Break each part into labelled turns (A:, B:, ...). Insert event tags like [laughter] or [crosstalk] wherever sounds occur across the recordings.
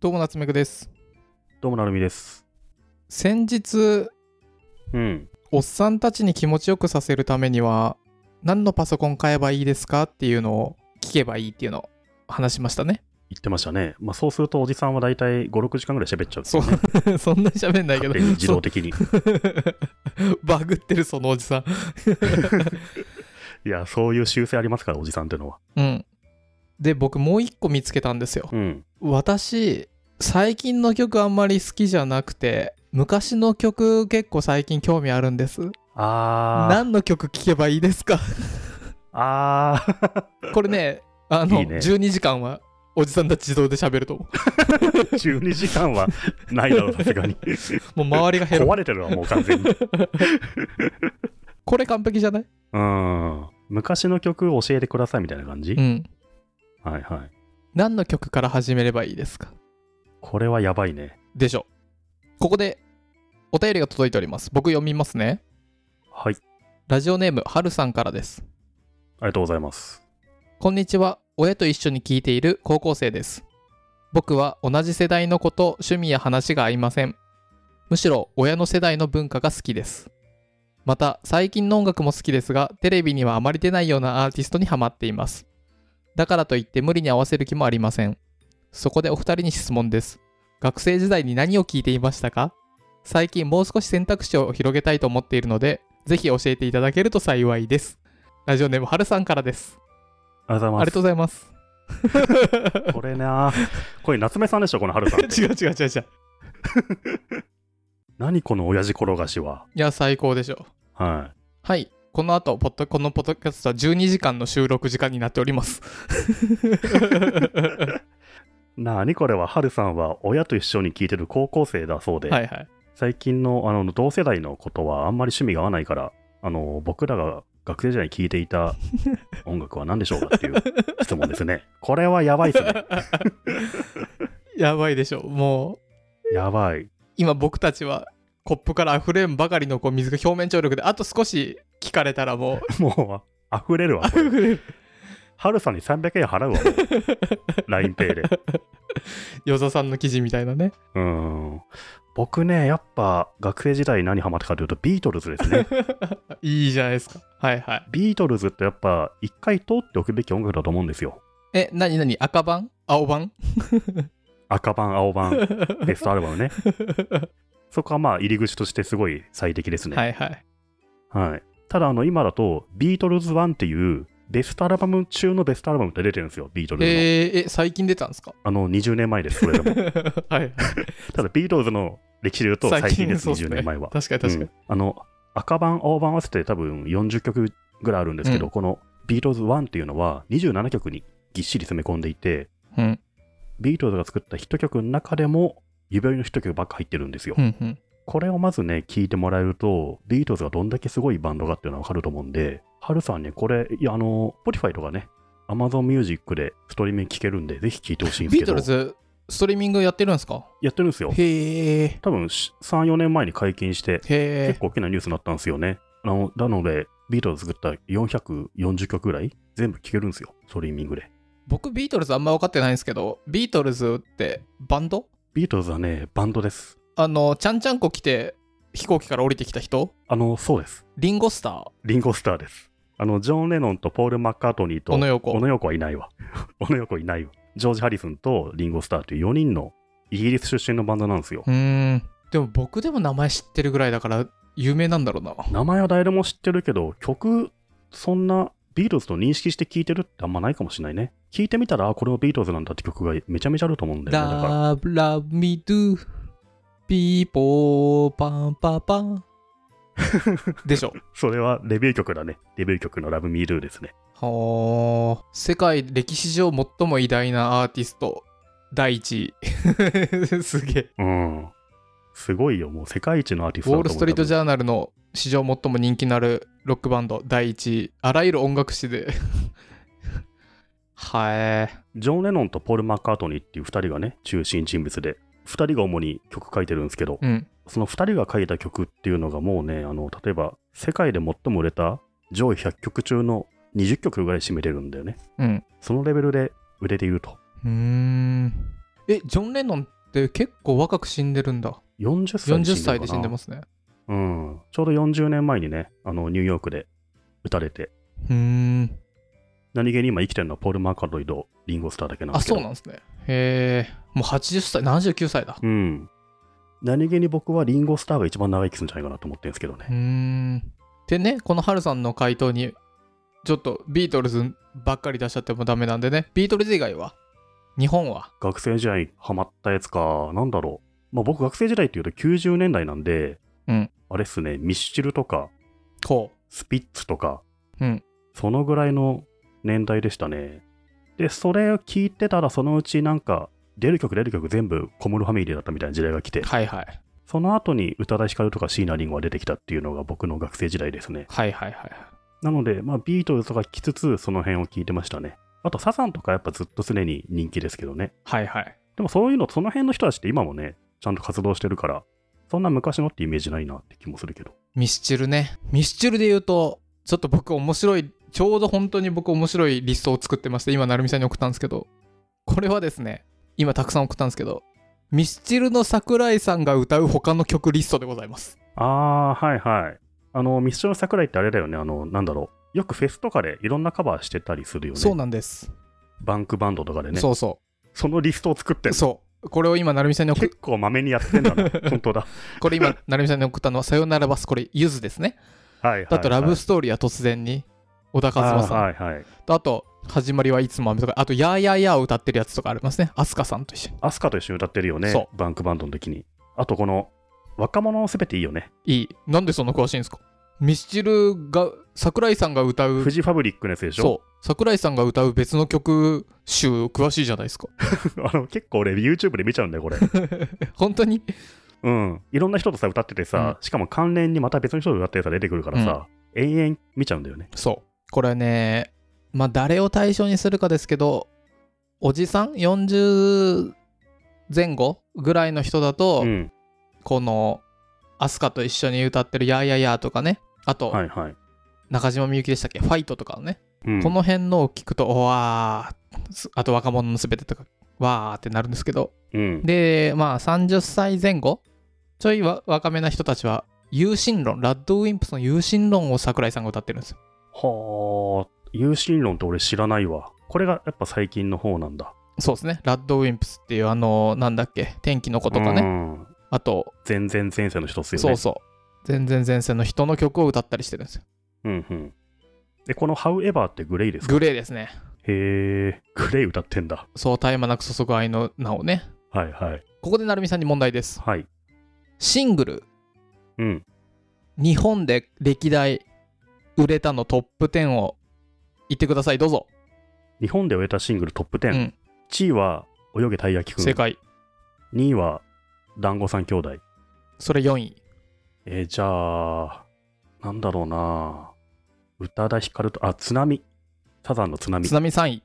A: どうも夏目くです
B: どうもなるみです。
A: 先日
B: うん。
A: おっさんたちに気持ちよくさせるためには何のパソコン買えばいいですかっていうのを聞けばいいっていうのを話しましたね [laughs]
B: 言ってましたね。まあそうするとおじさんは大体5、6時間ぐらい喋っちゃう、
A: そうそんなに喋んないけど
B: 勝手に [laughs] 自動的に。
A: そう [laughs] バグってるそのおじさん
B: いや、そういう習性ありますから、おじさんっていうのは。
A: うんで僕もう一個見つけたんですよ
B: うん。
A: 私最近の曲あんまり好きじゃなくて昔の曲結構最近興味あるんです
B: あ
A: 何の曲聴けばいいですか
B: ー。あ
A: これねあの
B: いいね
A: 12時間はおじさんたち自動で喋ると思
B: ー。12時
A: [laughs]
B: 間はないだろう、さすがに。 [laughs]
A: うもう周りが減る
B: 壊れてるわ、もう完全に。
A: これ完璧じゃない
B: うん。昔の曲教えてくださいみたいな感じ、
A: うん
B: はいはい。
A: 何の曲から始めればいいですか
B: これはやばいね。
A: でしょここでお便りが届いております僕読みますね
B: はい。
A: ラジオネームはるさんからです
B: ありがとうございます。
A: こんにちは親と一緒に聞いている高校生です僕は同じ世代の子と趣味や話が合いませんむしろ親の世代の文化が好きですまた最近の音楽も好きですがテレビにはあまり出ないようなアーティストにハマっていますだからといって無理に合わせる気もありませんそこでお二人に質問です学生時代に何を聞いていましたか最近もう少し選択肢を広げたいと思っているのでぜひ教えていただけると幸いですラジオネームはるさんからです
B: ありがとうご
A: あ
B: ざ
A: り
B: いま
A: がとうございます。
B: す。これなこれ夏目さんでしょ、この春さん。
A: [laughs] [laughs] 違う違う違う違う。
B: 何この親父転がしは。
A: いや、最高でしょ。
B: は
A: はい。この後、ポッドこのポッドキャストは12時間の収録時間になっております。
B: い。なにこれは、春さんは親と一緒に聞いてる高校生だそうで。
A: はいはい。
B: 最近のあの同世代のことはあんまり趣味が合わないからあの僕らが学生時代に聴いてい
A: [laughs]
B: た音楽は何でしょうかっていう質問ですね。これはやばいで
A: [laughs]
B: すね。
A: やばいでしょ。も
B: やばい。
A: う、今僕たちはコップから溢れんばかりのこう水が表面張力で、あと少し聞かれたら [laughs] も
B: もう溢れるわ。こ
A: う、
B: れ
A: 溢れる。
B: 春さんに300円払うわ。LINEPay で。
A: 与座さんの記事みたいなね。
B: うーん。僕ね、やっぱ学生時代何ハマったかというとビートルズです
A: [laughs]
B: ね。
A: いいじゃないですか。はいはい。
B: ビートルズってやっぱ一回通っておくべき音楽だと思うんですよ。
A: え、なになに赤版青 [laughs] 版
B: 赤版、
A: [laughs]
B: 青版、ベストアルバムね。そこはまあ入り口としてすごい最適ですね。
A: はいはい。
B: はい、ただあの今だとビートルズ1っていうベストアルバム中のベストアルバムって出てるんですよビートルズの、
A: えー、え、最近出たんですか
B: あの20年前ですそれでも
A: [laughs] はい。
B: ただビートルズの歴史で言うと最近です
A: そうっすね
B: 20年前は
A: 確かに確かに、
B: うんあの赤版青版合わせて多分40曲ぐらいあるんですけど、
A: うん
B: このビートルズ1っていうのは27曲にぎっしり詰め込んでいて
A: うん
B: ビートルズが作ったヒット曲の中でも指折りのヒット曲ばっか入ってるんですよ、
A: うんうん
B: これをまずね、聞いてもらえると、ビートルズがどんだけすごいバンドかっていうのはわかると思うんで、ハルさんね、これ、いや、あの、Spotify とかね、Amazon Music でストリーミング聴けるんで、ぜひ聴いてほしいんです
A: ビ
B: け
A: ー
B: ど、
A: トルズストリーミングやってるんですか
B: やってるんですよ。
A: へえ
B: 多分し3、4年前に解禁して、
A: へ
B: 結構大きなニュースになったんですよね。あのなので、ビートルズ作った440曲ぐらい、全部聴けるんですよ、ストリーミングで。
A: 僕ビートルズあんま分かってないんですけどビートルズってバンド
B: ビートルズはね、バンドです。
A: あのちゃんちゃんこ来て飛行機から降りてきた人
B: あの、そうです。
A: リンゴスター
B: リンゴスターです。あの、ジョン・レノンとポール・マッカートニーと、
A: 小野洋子
B: 小野洋子はいないわ。 [laughs] 小野洋子いないわ。ジョージ・ハリスンとリンゴスターという4人のイギリス出身のバンドなんですよ。
A: うーんでも僕でも名前知ってるぐらいだから有名なんだろうな
B: 名前は誰でも知ってるけど、曲、そんなビートルズと認識して聴いてるってあんまないかもしれないね。聴いてみたら、あこれもビートルズなんだって曲がめちゃめちゃあると思うんだよね。だから、
A: ラブラブミドゥピーポーパンパパ
B: [laughs]
A: ンでしょ
B: それはデビュー曲だね。デビュー曲の Love Me Do ですね。
A: はあ世界歴史上最も偉大なアーティスト第1位 [laughs] すげえ
B: うん。すごいよ。もう世界一のアーティス
A: ウ
B: トだ
A: ォー
B: と思う
A: ル・ストリート・ジャーナルの史上最も人気のあるロックバンド第1位あらゆる音楽誌ではえ
B: ジョン・レノンとポール・マッカートニーっていう2人がね、中心人物で、2人が主に曲書いてるんですけど、
A: うん
B: その2人が書いた曲っていうのがもうね、あの例えば、世界で最も売れた上位100曲中の20曲ぐらい占めてるんだよね。
A: うん
B: そのレベルで売れていると。
A: うーんえ、ジョン・レノンって結構若く死んでるんだ。
B: 40歳、
A: 40歳で死んでますすね。
B: うん、ちょうど40年前にねあのニューヨークで撃たれて
A: うーん。
B: 何気に今生きてるのはポール・マーカロイドリンゴスターだけなんで
A: あ、
B: すけど
A: そうなんですね。へえ。もう80歳、79歳だ。
B: うん何気に僕はリンゴスターが一番長生きするんじゃないかなと思ってるんですけどね
A: うーん。でね、このハルさんの回答に、ちょっとビートルズばっかり出しちゃってもダメなんでね、ビートルズ以外は、日本は、
B: 学生時代にハマったやつか、なんだろう。まあ僕学生時代っていうと90年代なんで、
A: うん
B: あれっすね、ミスチルとか、
A: こ
B: スピッツとか、
A: うん
B: そのぐらいの年代でしたね。で、それを聞いてたらそのうちなんか、出る曲出る曲全部小室ファミリーだったみたいな時代が来て
A: う。、はいはい。
B: その後に宇多田ヒカルとか椎名林檎が出てきたっていうのが僕の学生時代ですね。
A: はいはいはい。
B: なので、まあビートルズとか来つつその辺を聞いてましたね。あとサザンとかやっぱずっと常に人気ですけどね。
A: はいはい。
B: でもそういうの、その辺の人たちって今もね、ちゃんと活動してるから、そんな昔のってイメージないなって気もするけど。
A: ミスチルね。ミスチルで言うと、ちょっと僕面白い、ちょうど本当に僕面白いリストを作ってまして、今、成美さんに送ったんですけど、これはですね、今たくさん送ったんですけど、ミスチルの桜井さんが歌う他の曲リストでございます。
B: あー、はいはい。あの、ミッション桜井ってあれだよね、あの、なんだろう。よくフェスとかでいろんなカバーしてたりするよね。
A: そうなんです。
B: バンクバンドとかでね。
A: そうそ
B: そのリストを作って
A: う。
B: る。
A: そう。これを今、成美さんに送っ
B: 結構まめにやってん
A: [laughs]
B: だな。本当だ。
A: これ今、成美さんに送ったのは、さよならバス、これ、ゆずですね。
B: はいはい、はい。
A: あと、ラブストーリーは突然に、小田
B: あー
A: 和正さん。
B: はいはい。
A: とあと、始まりはいつも雨とか、あと、やーやーやーを歌ってるやつとかありますね。アスカさんと一緒に。
B: アスカと一緒に歌ってるよね
A: そ。
B: バンクバンドの時に。あと、この、若者すべていいよね。
A: いい。なんでそんな詳しいんですかミスチルが、桜井さんが歌う
B: フ、ジファブリックのやつでしょ
A: そう、桜井さんが歌う別の曲集、詳しいじゃないですか。
B: [laughs]
A: [laughs]
B: あの結構俺 YouTube で見ちゃうんだよこれ
A: 本当に
B: うんいろんな人とさ歌っててさ、しかも関連にまた別の人と歌ってるやつが出てくるからさ、延々見ちゃうんだよね
A: そう。これね、まあ、誰を対象にするかですけど、おじさん ?40 前後ぐらいの人だと、
B: うん
A: この、アスカと一緒に歌ってる、やーやーやーとかね、あと、
B: はいはい、
A: 中島みゆきでしたっけ、ファイトとかのね、
B: うん、
A: この辺のを聞くと、おわー、すあと若者のすべてとか、わーってなるんですけど、
B: うん
A: で、まあ、30歳前後、ちょいわ若めな人たちは、有心論、ラッドウィンプスの有心論を桜井さんが歌ってるんですよ。
B: はあ有心論って俺知らないわこれがやっぱ最近の方なんだ
A: そうですね、ラッドウィンプスっていう、あの、なんだっけ、天気の子とかね、
B: うん
A: あと、
B: 全然前世の人っすよね
A: そうそう、全然前線の人の曲を歌ったりしてるんですよ。
B: うんうんでこの「However」ってグレイですか
A: グレーですね。
B: へえグレイ歌ってんだ
A: そう、絶え間なく注ぐ愛の名をね。
B: はいはい
A: ここで成美さんに問題です。
B: はい
A: シングル、
B: うん
A: 日本で歴代売れたのトップ10を言ってください、どうぞ。
B: 日本で終えたシングルトップ
A: う
B: 10、
A: ん、
B: 1位は泳げたい焼きくん
A: 正解。
B: 2位は団子さん兄弟
A: それ4位。
B: えーじゃあ、なんだろうな。宇多田ヒカルと、あ、津波。サザンの津波
A: 津。波3位。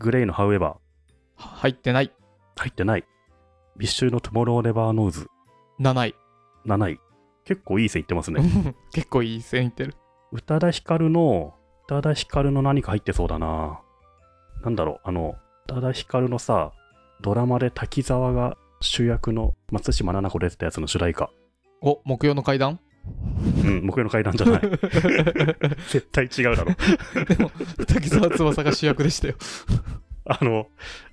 B: グレイのハウエバ
A: 入ってない。
B: ー。入ってない。ビッシュルのトゥモロー・レバー・ノーズ。
A: 7位。
B: 7位。結構いい線いってますね。
A: 結構いい線いってる。
B: 宇多田ヒカルの、宇多田ヒカルの何か入ってそうだな。なんだろう、あの、宇多田ヒカルのさ、ドラマで滝沢が主役の松島菜々子出てたやつの主題歌。
A: お、木曜の階段
B: うん、木曜の階段じゃない。絶対違うだろ。
A: でも、 [laughs] 滝沢翼が主役で
B: [laughs]
A: したよ。
B: あの、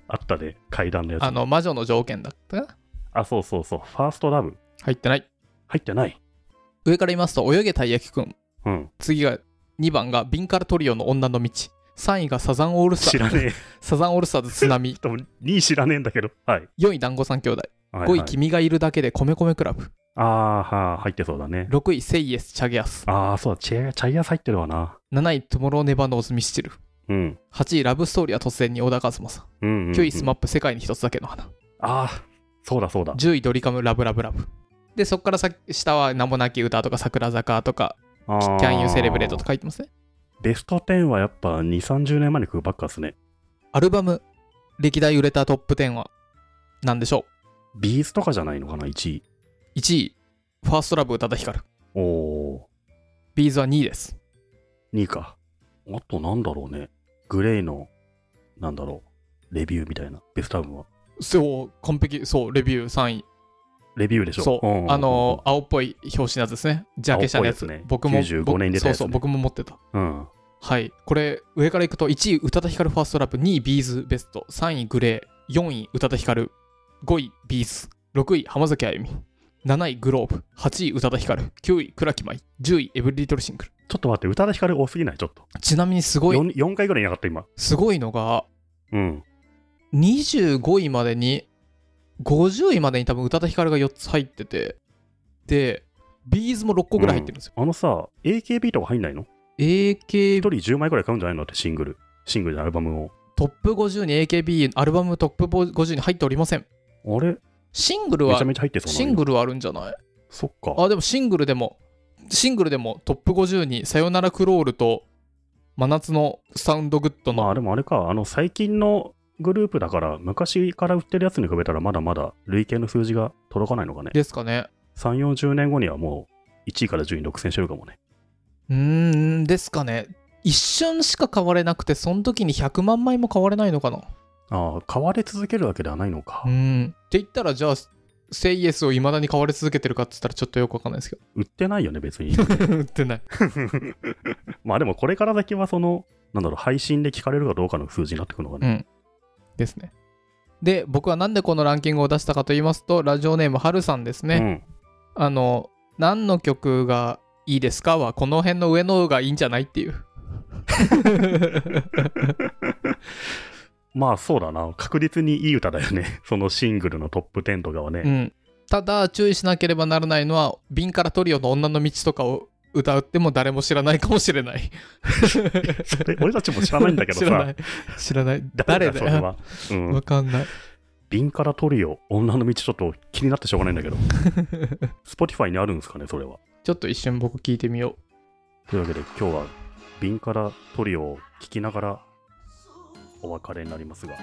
B: あったね、階段のやつ。
A: あの、魔女の条件だったかな
B: あ、そうそうそう。ファーストラブ。
A: 入ってない。
B: 入ってない。
A: 上から言いますと、泳げたい焼きくん。
B: うん。
A: 次が2番がビンカルトリオの女の道。3位がサザンオールス
B: [laughs] 知
A: ター
B: らねえ。
A: サザンオールスターズ津波。
B: でも、2位知らねえんだけど。はい。
A: 4位、団子三兄弟。
B: はい
A: 5
B: は
A: 位、
B: い
A: 君がいるだけで米米クラブ。
B: あーはあ、入ってそうだね。
A: 6位、セイエス、チャゲアス。
B: ああ、そうだ。チェチャイアス入ってるわな。
A: 7位、トゥモローネバノーズ、ミスチル。
B: うん。
A: 8位、ラブストーリーは突然に小田和正。
B: うんうん、うん。
A: 9位、スマップ、世界に一つだけの花。
B: ああ、そうだそうだ。
A: 10位、ドリカム、ラブラブラブ。で、そこからさ下は名もなき歌とか、桜坂とか、
B: キャ
A: Can You Celebrate とか書いてますね。
B: ベスト10はやっぱ2、30年前に食うばっかっすね。
A: アルバム、歴代売れたトップ10は何でしょ
B: ビーズとかじゃないのかな、1位。
A: う ?1 位、ファーストラブ、宇多田ヒカル。
B: おお
A: ビーズは2位です。
B: ー、2位か。あとなんだろうね。グレイの、なんだろう。レビューみたいな。ベストアルバムは。
A: そう、完璧、そう、レビュー3位。
B: レビューでしょ。
A: そう、
B: んんん
A: あの、青っぽい表紙のやつですね。ジャケ写のやつ。
B: 青っぽいやつね
A: 僕も、
B: 95
A: 僕
B: 年に出たやつね
A: そうそう、僕も持ってた。
B: うん。
A: はい。これ、上からいくと、1位、宇多田ヒカルファーストラップ、2位、ビーズベスト、3位、グレー、4位、宇多田ヒカル、5位、ビーズ、6位、浜崎あゆみ、7位、グローブ、8位、宇多田ヒカル、9位、倉木舞、10位、エブリリトルシングル。
B: ちょっと待って、宇多田ヒカル多すぎないちょっと。
A: ちなみにすごい、
B: 4, 4回ぐらいいなかった、今。
A: すごいのが、
B: うん。
A: 25位までに50位までに多分宇多田ヒカルが4つ入っててでビーズも6個ぐらい入ってるんですよ、
B: あのさ、AKB とか入んないの ?1 人
A: AKB
B: 10枚ぐらい買うんじゃないのってシングル。シングルでアルバムを。
A: トップ50に AKB アルバムトップ50に入っておりません
B: あれ
A: シングル
B: め
A: は
B: ちゃめちゃ入ってそうなの
A: シングルはあるんじゃない
B: そっか。
A: あでもシングルでもシングルでもトップ50に「さよならクロール」と「真夏のサウンドグッドの」
B: まあでもあれか、あの最近のグループだから、昔から売ってるやつに比べたら、まだまだ累計の数字が届かないのかね。
A: ですかね
B: 3、40年後にはもう1位から10位独占してるかもね。
A: うーんですかね一瞬しか買われなくてその時に100万枚も買われないのかな
B: ああ、買われ続けるわけではないのか
A: う。ん。って言ったら、じゃあ、セイエスを未だに買われ続けてるかって言ったら、ちょっとよくわかんないですけ
B: 売ってないよね、別に。 [laughs]
A: ど。売ってない。
B: まあでもこれから先はその、なんだろう、配信で聞かれるかどうかの数字になってくるのか
A: う
B: ね。
A: ん。ですね。で、僕はなんでこのランキングを出したかと言いますと、ラジオネームはるさんですね。あの、何の曲がいいですかは、この辺の上の方がいいんじゃないっていう。
B: うん。まあそうだな、確実にいい歌だよね。 [laughs] そのシングルのトップ10とかはね。
A: うん。ただ、注意しなければならないのは、瓶からトリオの女の道とかを歌っても誰も知らないかもしれ
B: [laughs]
A: ない。
B: それ俺たちも知らないんだけ
A: [laughs]
B: ど
A: 知らな
B: さ。
A: い。知らない。誰
B: 誰だ
A: だ
B: それ
A: よ。
B: は。うん
A: わかんない。
B: ビンからトリオ、女の道ちょっと気になってしょうがないんだけど。Spotify にあるんですかね、それは。
A: ちょっと一瞬僕聞いてみよ
B: というわけで今日はビンからトリオを聴きながらお別れになりますが。
A: う。